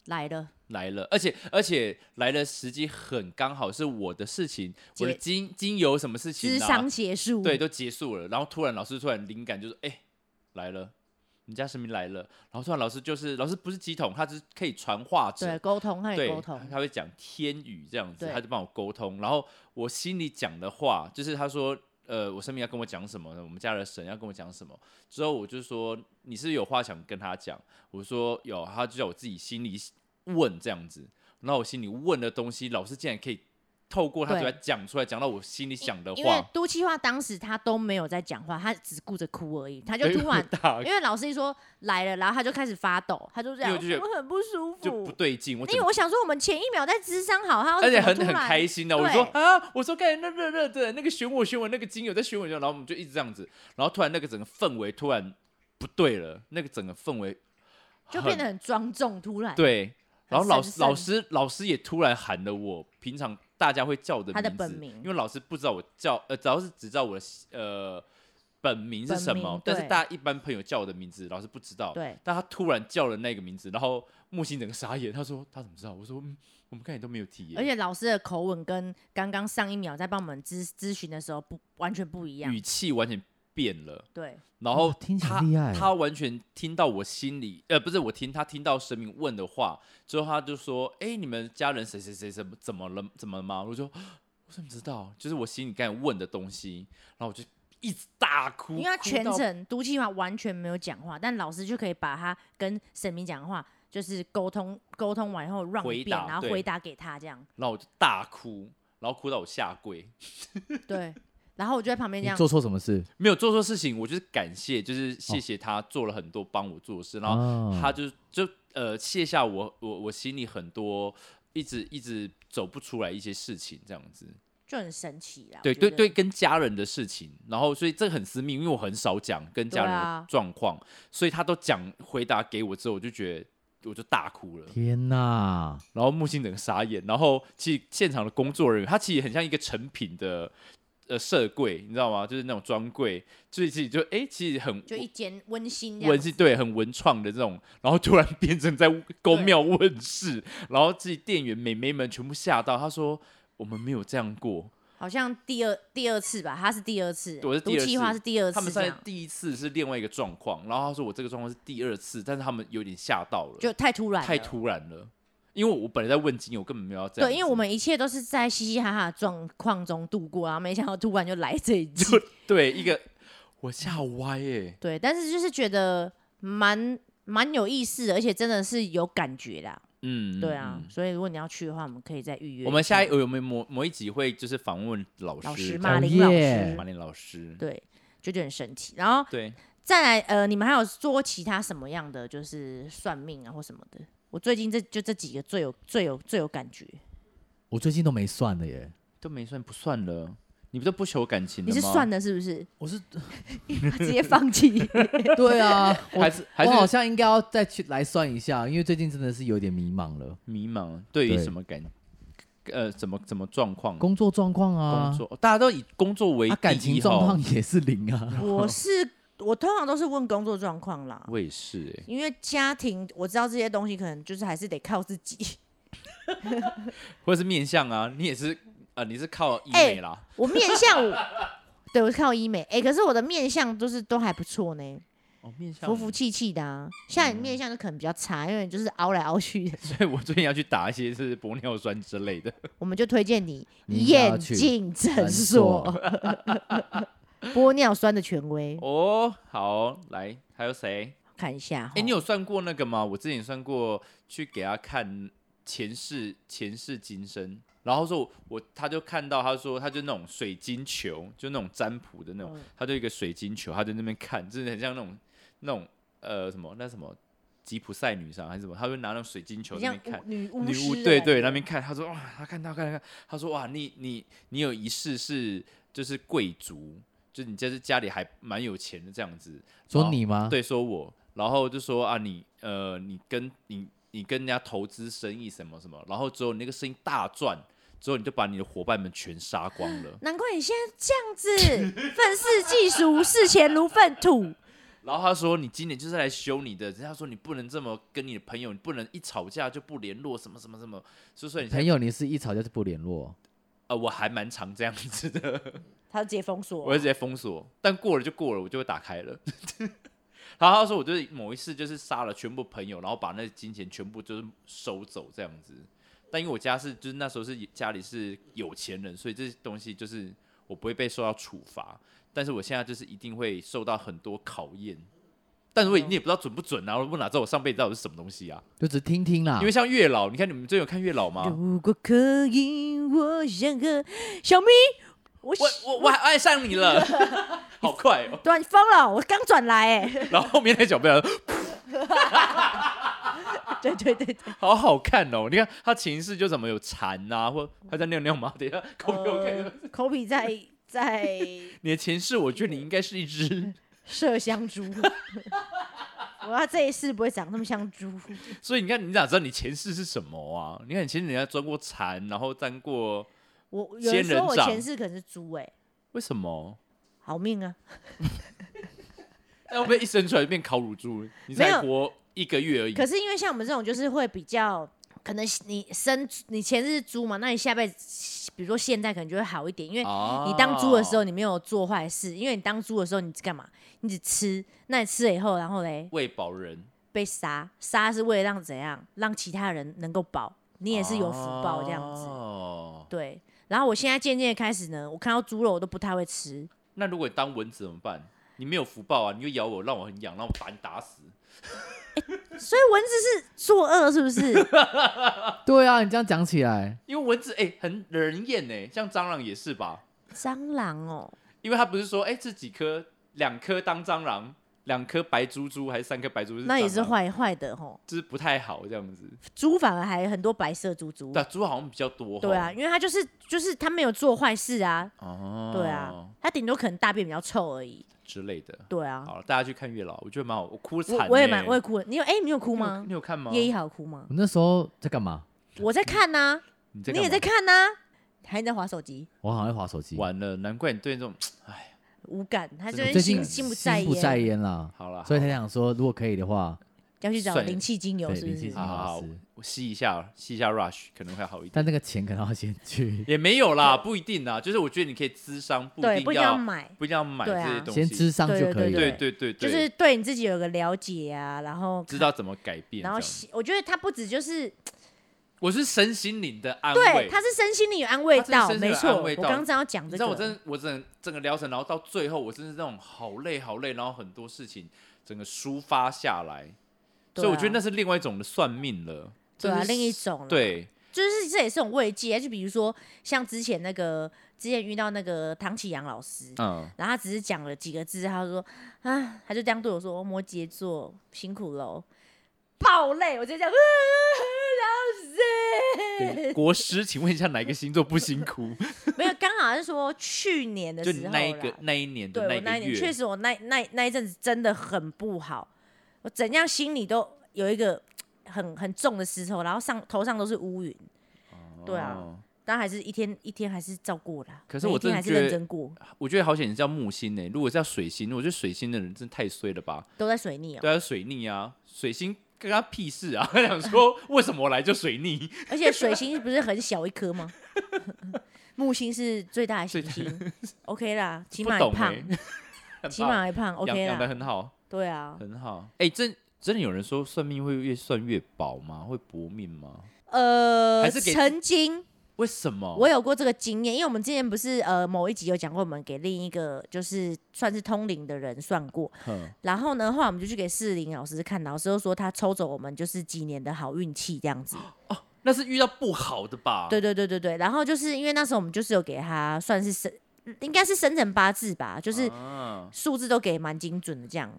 Speaker 1: 来了。
Speaker 2: 来了，而且而且来的时机很刚好，是我的事情，我的
Speaker 1: 结
Speaker 2: 经经由什么事情、
Speaker 1: 智
Speaker 2: 啊，
Speaker 1: 商结束，
Speaker 2: 对，，都结束了。然后突然老师突然灵感就是，哎、来了，你家神明来了。然后突然老师就是，老师不是鸡桶，他只是可以传话者，
Speaker 1: 对，沟通，和你
Speaker 2: 对，
Speaker 1: 沟通
Speaker 2: 他，他会讲天语这样子，
Speaker 1: 对
Speaker 2: 他就帮我沟通。然后我心里讲的话，就是他说，呃，我生命要跟我讲什么，我们家的神要跟我讲什么。之后我就说，你是有话想跟他讲？我说有，他就叫我自己心里问这样子。然后我心里问的东西，老师竟然可以透过他嘴
Speaker 1: 对
Speaker 2: 巴讲出来，讲到我心里想的
Speaker 1: 因为
Speaker 2: 话，
Speaker 1: 都气话当时他都没有在讲话，他只顾着哭而已，他就
Speaker 2: 对
Speaker 1: 突然
Speaker 2: 哎我打
Speaker 1: 因为老师一说来了，然后他就开始发抖，他就这样，
Speaker 2: 因为我就觉得
Speaker 1: 我很不舒
Speaker 2: 就不
Speaker 1: 服。
Speaker 2: 对劲，我
Speaker 1: 因为
Speaker 2: 整
Speaker 1: 我想说，我们前一秒在智商好，他
Speaker 2: 而
Speaker 1: 怎
Speaker 2: 且
Speaker 1: 么
Speaker 2: 很
Speaker 1: 突
Speaker 2: 很
Speaker 1: 然
Speaker 2: 开心的，我
Speaker 1: 对
Speaker 2: 说啊，我说刚才那热热的那个选我选我那个精油在选我，然后我们就一直这样子，然后突然那个整个氛围突然不对了，那个整个氛围
Speaker 1: 就
Speaker 2: 很
Speaker 1: 变得很庄重，突然
Speaker 2: 对，然后老
Speaker 1: 神
Speaker 2: 师
Speaker 1: 圣
Speaker 2: 老师老师也突然喊了我平常大家会叫我的
Speaker 1: 他的
Speaker 2: 名
Speaker 1: 本
Speaker 2: 字
Speaker 1: 名
Speaker 2: 因为老师不知道我叫呃，只要是只知道我的呃本名是
Speaker 1: 本
Speaker 2: 什么
Speaker 1: 名，
Speaker 2: 但是
Speaker 1: 对
Speaker 2: 大家一般朋友叫我的名字，老师不知道，
Speaker 1: 对
Speaker 2: 但他突然叫了那个名字，然后木星整个傻眼，他说他怎么知道？我说嗯，我们看你都没有提耶，
Speaker 1: 而且老师的口吻跟刚刚上一秒在帮我们咨咨询的时候不完全不一样
Speaker 2: 语。气完全变了。
Speaker 1: 对，
Speaker 2: 然后
Speaker 4: 哇听起来
Speaker 2: 他
Speaker 4: 厉害
Speaker 2: 他完全听到我心里，呃，不是我听他听到神明问的话之后，他就说：“哎、你们家人谁谁谁怎么怎么了？怎么了吗？”我就啊我怎么知道？就是我心里刚才问的东西，然后我就一直大哭，
Speaker 1: 因为他
Speaker 2: 哭
Speaker 1: 全
Speaker 2: 到
Speaker 1: 程都气话完全没有讲话，但老师就可以把他跟神明讲的话，就是沟通沟通完以后 run 一
Speaker 2: 回
Speaker 1: 遍，
Speaker 2: 答
Speaker 1: 然后
Speaker 2: 对
Speaker 1: 回答给他这样。
Speaker 2: 然后我就大哭，然后哭到我下跪，
Speaker 1: 对，然后我就在旁边这
Speaker 4: 你
Speaker 1: 样。
Speaker 4: 做错什么事？
Speaker 2: 没有做错事情，我就是感谢，就是谢谢他做了很多帮我做的事，然后
Speaker 4: 哦
Speaker 2: 他就就呃卸下我我我心里很多一直一直走不出来一些事情这样子。
Speaker 1: 就很神奇啦。
Speaker 2: 对
Speaker 1: 我觉
Speaker 2: 对
Speaker 1: 得
Speaker 2: 对，，跟家人的事情，然后所以这个很私密，因为我很少讲跟家人
Speaker 1: 对
Speaker 2: 的
Speaker 1: 啊
Speaker 2: 状况，所以他都讲回答给我之后，我就觉得我就大哭了，
Speaker 4: 天哪！
Speaker 2: 然后木星整个傻眼，然后其实现场的工作人员他其实很像一个成品的呃社柜，你知道吗？就是那种专柜，所以其实就哎、其实很
Speaker 1: 就一间温馨这
Speaker 2: 文
Speaker 1: 样
Speaker 2: 是
Speaker 1: 子。
Speaker 2: 对很文创的这种，然后突然变 成在公庙问世，然后自己店员美眉们全部吓到，他说我们没有这样过。
Speaker 1: 好像第二第二次吧，他是第二次，
Speaker 2: 我是第二
Speaker 1: 毒气化
Speaker 2: 次
Speaker 1: 是第二
Speaker 2: 他们
Speaker 1: 次这
Speaker 2: 在
Speaker 1: 样，
Speaker 2: 第一次是另外一个状况，然后他说我这个状况是第二次，但是他们有点吓到了，
Speaker 1: 就太突然了，
Speaker 2: 太突然了。因为我本来在问金友，我根本没有要这样子。
Speaker 1: 对，因为我们一切都是在嘻嘻哈哈的状况中度过啊，没想到突然就来这一句
Speaker 2: 就，对一个我吓歪耶、
Speaker 1: 对，但是就是觉得蛮蛮有意思的，而且真的是有感觉啦，
Speaker 2: 嗯，
Speaker 1: 对啊，
Speaker 2: 嗯
Speaker 1: 所以如果你要去的话，我们可以再预约下。
Speaker 2: 我们下一我们某某一集会就是访问老师，
Speaker 1: 老师
Speaker 4: 嘛
Speaker 1: 马
Speaker 4: 哦
Speaker 1: 林老
Speaker 4: 耶
Speaker 1: 师
Speaker 2: 马，林老师，
Speaker 1: 对，就觉得很神奇。然后
Speaker 2: 对，
Speaker 1: 再来，呃，你们还有做其他什么样的，就是算命啊或什么的？我最近这就这几个最有最有最有感觉。
Speaker 4: 我最近都没算了耶，
Speaker 2: 都没算不算了，你不都不求感情的
Speaker 1: 你
Speaker 2: 吗？
Speaker 1: 是算的，是不是？
Speaker 4: 我是
Speaker 1: 直接放 弃？
Speaker 4: 对啊，
Speaker 2: 还是还
Speaker 4: 我好
Speaker 2: 是
Speaker 4: 像应该要再去来算一下，因为最近真的是有点迷茫了，
Speaker 2: 迷茫？对于
Speaker 4: 对
Speaker 2: 什么感呃怎么怎么状况？
Speaker 4: 工作状况啊，
Speaker 2: 工作，大家都以工作为
Speaker 4: 啊，感
Speaker 2: 第
Speaker 4: 情
Speaker 2: 一
Speaker 4: 状
Speaker 2: 哈
Speaker 4: 况也是零啊。
Speaker 1: 我是我通常都是问工作状况啦，
Speaker 2: 我也是、欸，
Speaker 1: 因为家庭我知道这些东西可能就是还是得靠自己。
Speaker 2: 或者是面相啊，你也是，呃，你是靠医
Speaker 1: 哎
Speaker 2: 美啦，
Speaker 1: 我面相 我，对我是靠医美，哎、可是我的面相都是都还不错呢，
Speaker 4: 哎
Speaker 2: 哦，面相
Speaker 1: 服 服气气的啊。像
Speaker 2: 嗯
Speaker 1: 你面相就可能比较差，因为你就是凹来凹去 的。
Speaker 2: 所以我最近要去打一些是玻尿酸之类 的，
Speaker 1: 我们就推荐你
Speaker 4: 你应该
Speaker 1: 眼
Speaker 4: 要去
Speaker 1: 镜诊
Speaker 4: 诊
Speaker 1: 所
Speaker 4: 所，
Speaker 1: 玻尿酸的权威，
Speaker 2: 哦，好，来，还有谁？
Speaker 1: 看一下哈。
Speaker 2: 哎、你有算过那个吗？我之前算过，去给他看前世前世今生，然后说我我他就看到他说他就那种水晶球，就那种占卜的那种，
Speaker 1: 嗯
Speaker 2: 他就一个水晶球，他在那边看，真的很像那种那种呃什么那什么吉普赛女上还是什么，他就拿那种水晶球
Speaker 1: 很
Speaker 2: 在那
Speaker 1: 像
Speaker 2: 边看
Speaker 1: 巫。女巫
Speaker 2: 女
Speaker 1: 师啊
Speaker 2: 巫
Speaker 1: 的
Speaker 2: 对
Speaker 1: 感
Speaker 2: 对
Speaker 1: 觉，
Speaker 2: 那边看，他说哇，他看他看他看，他说哇，你你你有一世是就是贵族，就是你就是家里还蛮有钱的这样子。
Speaker 4: 说你吗？，
Speaker 2: 对，说我，然后就说啊，你呃，你跟你你跟人家投资生意什么什么，然后之后你那个生意大赚，之后你就把你的伙伴们全杀光了
Speaker 1: 难怪你现在这样子，愤世嫉俗，视钱如粪土。
Speaker 2: 然后他说你今年就是来修你的，人家说你不能这么跟你的朋友，你不能一吵架就不联络什么什么什么，所以说你现
Speaker 4: 朋
Speaker 2: 在
Speaker 4: 友你是一吵架就不联络，
Speaker 2: 呃，我还蛮常这样子的。
Speaker 1: 他直接封锁
Speaker 2: 我会直接封锁，但过了就过了，我就会打开了。 然后他说，我就是某一次就是杀了全部朋友，然后把那金钱全部就是收走这样子。但因为我家是就是那时候是家里是有钱人，所以这些东西就是我不会被受到处罚，但是我现在就是一定会受到很多考验。但如果你也不知道准不准啊，我哪知道我上辈子到底是什么东西啊？
Speaker 4: 就只听听啦
Speaker 2: 因为。像月老，你看你们真有看月老吗？
Speaker 1: 如果可以，我想和小咪，我
Speaker 2: 我我我还爱上你了，好快哦！
Speaker 1: 对啊，你疯了，我刚转来哎、
Speaker 2: 然后后面那小朋友
Speaker 1: 对对对对，
Speaker 2: 好好看哦，你看他前世就怎么有蝉啊，或他在尿尿吗？等一下，口给我看。
Speaker 1: 口比在在
Speaker 2: 你的前世，我觉得你应该是一只，
Speaker 1: 麝香猪，我要这一世不会长那么像猪，
Speaker 2: 所以你看你哪知道你前世是什么啊？你看你前世人家钻过蝉，然后沾过，
Speaker 1: 我有人
Speaker 2: 仙人
Speaker 1: 说我
Speaker 2: 掌
Speaker 1: 前世可能是猪哎、
Speaker 2: 为什么？
Speaker 1: 好命啊！
Speaker 2: 那哎会不会一生出来就变烤乳猪？你
Speaker 1: 没
Speaker 2: 才
Speaker 1: 有
Speaker 2: 活一个月而已。
Speaker 1: 可是因为像我们这种，就是会比较可能你生你前世是猪嘛，那你下辈子，比如说现在可能就会好一点，因为
Speaker 2: 哦
Speaker 1: 你当猪的时候你没有做坏事，因为你当猪的时候你干嘛？你只吃，那你吃了以后，然后嘞
Speaker 2: 喂饱人，
Speaker 1: 被杀，杀是为了让怎样让其他人能够保，你也是有福报这样子，
Speaker 2: 哦，
Speaker 1: 对。然后我现在渐渐地开始呢，我看到猪肉我都不太会吃，
Speaker 2: 那如果当蚊子怎么办？你没有福报啊！你就咬我，让我很痒，让我把你打死。
Speaker 1: 所以蚊子是作恶是不是？
Speaker 4: 对啊，你这样讲起来，
Speaker 2: 因为蚊子哎、很惹人厌哎、像蟑螂也是吧？
Speaker 1: 蟑螂哦，
Speaker 2: 因为他不是说哎、这几颗两颗当蟑螂，两颗白珠珠还是三颗白珠珠？
Speaker 1: 那也是，坏坏的吼，
Speaker 2: 就是不太好这样子。
Speaker 1: 猪反而还很多白色猪猪。
Speaker 2: 对啊，猪好像比较多。
Speaker 1: 嗯对啊，，因为他就是就是他没有做坏事啊，
Speaker 2: 哦，哦
Speaker 1: 对啊，他顶多可能大便比较臭而已，
Speaker 2: 之类的。
Speaker 1: 对啊。
Speaker 2: 好了，大家去看月老，我觉得蛮好，我哭惨、
Speaker 1: 我
Speaker 2: 欸。
Speaker 1: 我也蛮我也哭了，你有哎、你有哭
Speaker 2: 哭
Speaker 1: 吗
Speaker 2: 你？有看吗？
Speaker 1: 叶一豪哭吗
Speaker 4: 我？那时候在干嘛？
Speaker 1: 我在看呐、
Speaker 2: 你在
Speaker 1: 你
Speaker 2: 干
Speaker 1: 也在
Speaker 2: 嘛
Speaker 1: 看呐、还在划手机，
Speaker 4: 我好像在划手机。
Speaker 2: 完了，难怪你对这种哎，
Speaker 1: 无感，他
Speaker 2: 真
Speaker 1: 就
Speaker 2: 的
Speaker 1: 是
Speaker 4: 最
Speaker 1: 心
Speaker 4: 近
Speaker 1: 心
Speaker 4: 不
Speaker 1: 不在
Speaker 4: 不在
Speaker 1: 焉，
Speaker 4: 焉啦，
Speaker 2: 好了，
Speaker 4: 所以
Speaker 2: 好
Speaker 4: 他想说，如果可以的话，
Speaker 1: 要去找
Speaker 2: 算了
Speaker 1: 灵气精油，
Speaker 4: 对
Speaker 1: 是不
Speaker 4: 灵气
Speaker 1: 是
Speaker 4: 精
Speaker 2: 好
Speaker 4: 油？
Speaker 2: 好好，我吸一下，吸一下 rush 可能会好一点，
Speaker 4: 但那个钱可能要先去
Speaker 2: 也没有啦，不一定啦，就是我觉得你可以咨商，不
Speaker 1: 对，
Speaker 2: 一
Speaker 1: 不
Speaker 2: 定
Speaker 1: 一定要
Speaker 2: 要
Speaker 1: 买，
Speaker 2: 不一定要买
Speaker 1: 对
Speaker 2: 这
Speaker 1: 啊
Speaker 2: 些东
Speaker 4: 先
Speaker 2: 西，
Speaker 4: 智商就可以
Speaker 1: 对
Speaker 4: 了。
Speaker 2: 对对对，
Speaker 1: 就
Speaker 2: 对
Speaker 1: 是对你自己有个了解啊，然后
Speaker 2: 知道怎么改变这
Speaker 1: 然后
Speaker 2: 样。
Speaker 1: 喜我觉得他不止就是
Speaker 2: 我是身心灵的安
Speaker 1: 对
Speaker 2: 慰，，
Speaker 1: 他是身心灵有安慰
Speaker 2: 他真的
Speaker 1: 到，
Speaker 2: 身心
Speaker 1: 没
Speaker 2: 有
Speaker 1: 错，
Speaker 2: 安
Speaker 1: 我
Speaker 2: 慰到
Speaker 1: 刚刚正要讲
Speaker 2: 你
Speaker 1: 这
Speaker 2: 知
Speaker 1: 个，
Speaker 2: 道我真的我整整个疗程，然后到最后我真是那种好累好累，然后很多事情整个抒发下来，
Speaker 1: 对
Speaker 2: 所以我觉得
Speaker 1: 啊
Speaker 2: 那是另外一种的算命了，
Speaker 1: 对啊
Speaker 2: 这是
Speaker 1: 另一种了
Speaker 2: 对，
Speaker 1: 就是这也是种慰藉，就比如说像之前那个，之前遇到那个唐启阳老师，
Speaker 2: 嗯，
Speaker 1: 然后他只是讲了几个字，他就说啊，他就这样对我说，摩羯座辛苦喽，爆泪，我就这样，啊、老师，
Speaker 2: 对国师，请问一下哪一个星座不辛苦？
Speaker 1: 没有，刚好是说去年的
Speaker 2: 就
Speaker 1: 时
Speaker 2: 你
Speaker 1: 候
Speaker 2: 那一
Speaker 1: 啦
Speaker 2: 个那一年的
Speaker 1: 对我
Speaker 2: 那
Speaker 1: 那
Speaker 2: 一
Speaker 1: 一
Speaker 2: 个
Speaker 1: 年确
Speaker 2: 月，
Speaker 1: 实，我那那那一阵子真的很不好，我怎样心里都有一个很很重的石头，然后上头上都是乌云，对啊
Speaker 2: 哦
Speaker 1: 但还是一天一天还是照过啦。
Speaker 2: 可是
Speaker 1: 每一
Speaker 2: 我
Speaker 1: 天
Speaker 2: 真的
Speaker 1: 还是
Speaker 2: 觉
Speaker 1: 认
Speaker 2: 得
Speaker 1: 真过，
Speaker 2: 我觉得好险是叫木星呢、如果是叫水星，我觉得水星的人真的太衰了吧？
Speaker 1: 都在水逆哦、
Speaker 2: 对啊，水逆啊，水星跟他屁事啊！他想说为什么我来就水逆？
Speaker 1: 而且水星不是很小一颗 吗？木星是最大的行星，OK 啦，起
Speaker 2: 不
Speaker 1: 码还
Speaker 2: 懂
Speaker 1: 胖，
Speaker 2: 哎、 很
Speaker 1: 起
Speaker 2: 棒
Speaker 1: 码还胖
Speaker 2: 养
Speaker 1: ，OK
Speaker 2: 养的
Speaker 1: 啦，
Speaker 2: 很好，
Speaker 1: 对 啊，
Speaker 2: 很好。哎、真真的有人说算命会越算越薄吗？会薄命吗？
Speaker 1: 呃，
Speaker 2: 还是给哦
Speaker 1: 曾经
Speaker 2: 为什么？
Speaker 1: 我有过这个经验，因为我们之前不是呃某一集有讲过，我们给另一个就是算是通灵的人算过，
Speaker 2: 哼
Speaker 1: 然后呢，后来我们就去给世林老师看，老师就说他抽走我们就是几年的好运气这样子，
Speaker 2: 啊那是遇到不好的吧？
Speaker 1: 对对对对对，然后就是因为那时候我们就是有给他算是生，应该是生辰八字吧，就
Speaker 2: 啊，
Speaker 1: 是数字都给蛮精准的这样，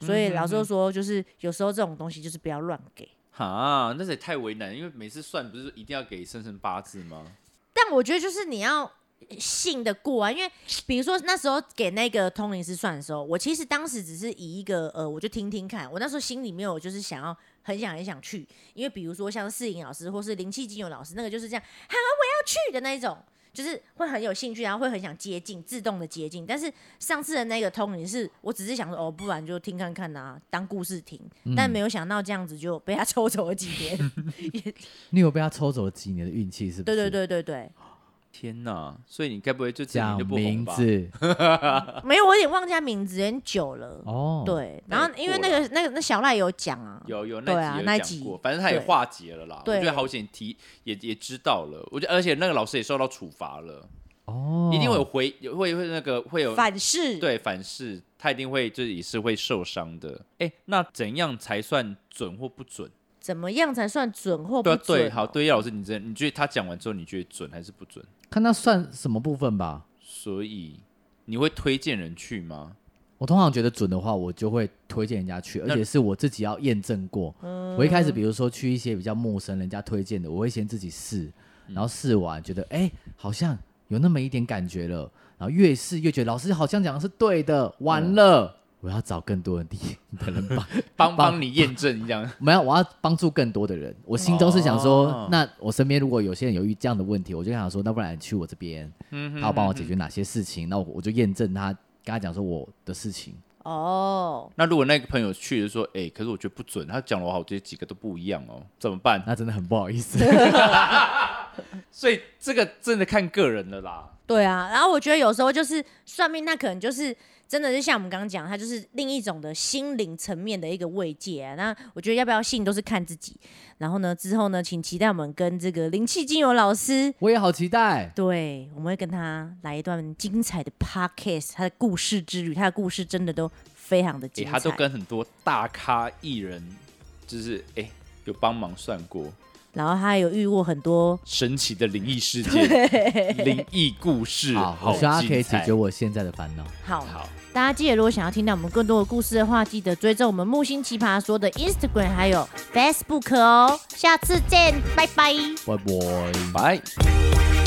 Speaker 1: 所以老师就说，就是有时候这种东西就是不要乱给。
Speaker 2: 哈，那也太为难，因为每次算不是一定要给生辰八字吗？
Speaker 1: 但我觉得就是你要信得过啊，因为比如说那时候给那个通灵师算的时候，我其实当时只是以一个呃，我就听听看，我那时候心里面有就是想要很想很想去，因为比如说像世颖老师或是灵气精油老师，那个就是这样，哈，我要去的那一种。就是会很有兴趣，然后会很想接近，自动的接近。但是上次的那个通灵是，我只是想说，哦，不然就听看看呐、当故事听。但没有想到这样子就被他抽走了几年。
Speaker 4: 你有被他抽走几年的运气，是不
Speaker 1: 对
Speaker 4: 是？
Speaker 1: 对，对对对，
Speaker 2: 天哪！所以你该不会就这样
Speaker 4: 讲
Speaker 2: 就不红
Speaker 4: 名
Speaker 2: 吧？
Speaker 4: 字
Speaker 1: 没有，我有点忘记他名字，有点久了。
Speaker 4: 哦，，
Speaker 1: 对，
Speaker 2: 那
Speaker 1: 然后
Speaker 2: 也
Speaker 1: 因为那
Speaker 2: 过
Speaker 1: 个那个那小赖有讲啊，
Speaker 2: 有有
Speaker 1: 对啊
Speaker 2: 那
Speaker 1: 那
Speaker 2: 集
Speaker 1: 集
Speaker 2: 有讲过，反正他也
Speaker 1: 对
Speaker 2: 化解了啦。我
Speaker 1: 对
Speaker 2: 觉得好险提也也知道了，我觉得而且那个老师也受到处罚了，
Speaker 4: 哦
Speaker 2: 一定会有回有会会那个会有
Speaker 1: 反噬，，
Speaker 2: 对反噬，他一定会就是也是会受伤的。哎，那怎样才算准或不准？
Speaker 1: 怎么样才算准或
Speaker 2: 对
Speaker 1: 哦不
Speaker 2: 啊，
Speaker 1: 准？
Speaker 2: 对，好，，对，叶老师，你真的你觉得他讲完之后，你觉得准还是不准？
Speaker 4: 看他算什么部分吧。
Speaker 2: 所以你会推荐人去吗？
Speaker 4: 我通常觉得准的话，我就会推荐人家去，而且是我自己要验证过。
Speaker 2: 嗯
Speaker 4: 我一开始比如说去一些比较陌生人家推荐的，我会先自己试，
Speaker 2: 嗯
Speaker 4: 然后试完觉得哎、好像有那么一点感觉了，然后越试越觉得老师好像讲的是对的，完了。
Speaker 2: 嗯
Speaker 4: 我要找更多的地的人帮，
Speaker 2: 帮帮你验证一下。
Speaker 4: 没有，我要帮助更多的人。我心中是想说，
Speaker 2: 哦
Speaker 4: 那我身边如果有些人有遇这样的问题，我就想说，那不然去我这边，
Speaker 2: 嗯哼
Speaker 4: 他要帮我解决哪些事情，那我我就验证他，跟他讲说我的事情。
Speaker 1: 哦，
Speaker 2: 那如果那个朋友去就说，哎、可是我觉得不准，他讲了我好这几个都不一样哦，怎么办？
Speaker 4: 那真的很不好意思。
Speaker 2: 所以这个真的看个人的啦。
Speaker 1: 对啊。然后我觉得有时候就是算命，那可能就是真的，就像我们刚刚讲，它就是另一种的心灵层面的一个慰藉、啊。那我觉得要不要信都是看自己。然后呢，之后呢，请期待我们跟这个灵气精油老师。
Speaker 4: 我也好期待。
Speaker 1: 对，我们会跟他来一段精彩的 podcast，他的故事之旅，他的故事真的都非常的
Speaker 2: 哎、
Speaker 1: 精彩。
Speaker 2: 他都跟很多大咖艺人，就是哎、有帮忙算过
Speaker 1: 然后他有遇过很多
Speaker 2: 神奇的灵异事件、灵异故事，
Speaker 4: 好，
Speaker 2: 好
Speaker 4: 我希望他可以
Speaker 2: 精彩
Speaker 4: 解决我现在的烦恼。
Speaker 1: 好
Speaker 2: 好，
Speaker 1: 大家记得，如果想要听到我们更多的故事的话，记得追踪我们木星奇葩说的 Instagram 还有 Facebook 哦。下次见，拜拜。
Speaker 4: 拜拜。
Speaker 2: 拜。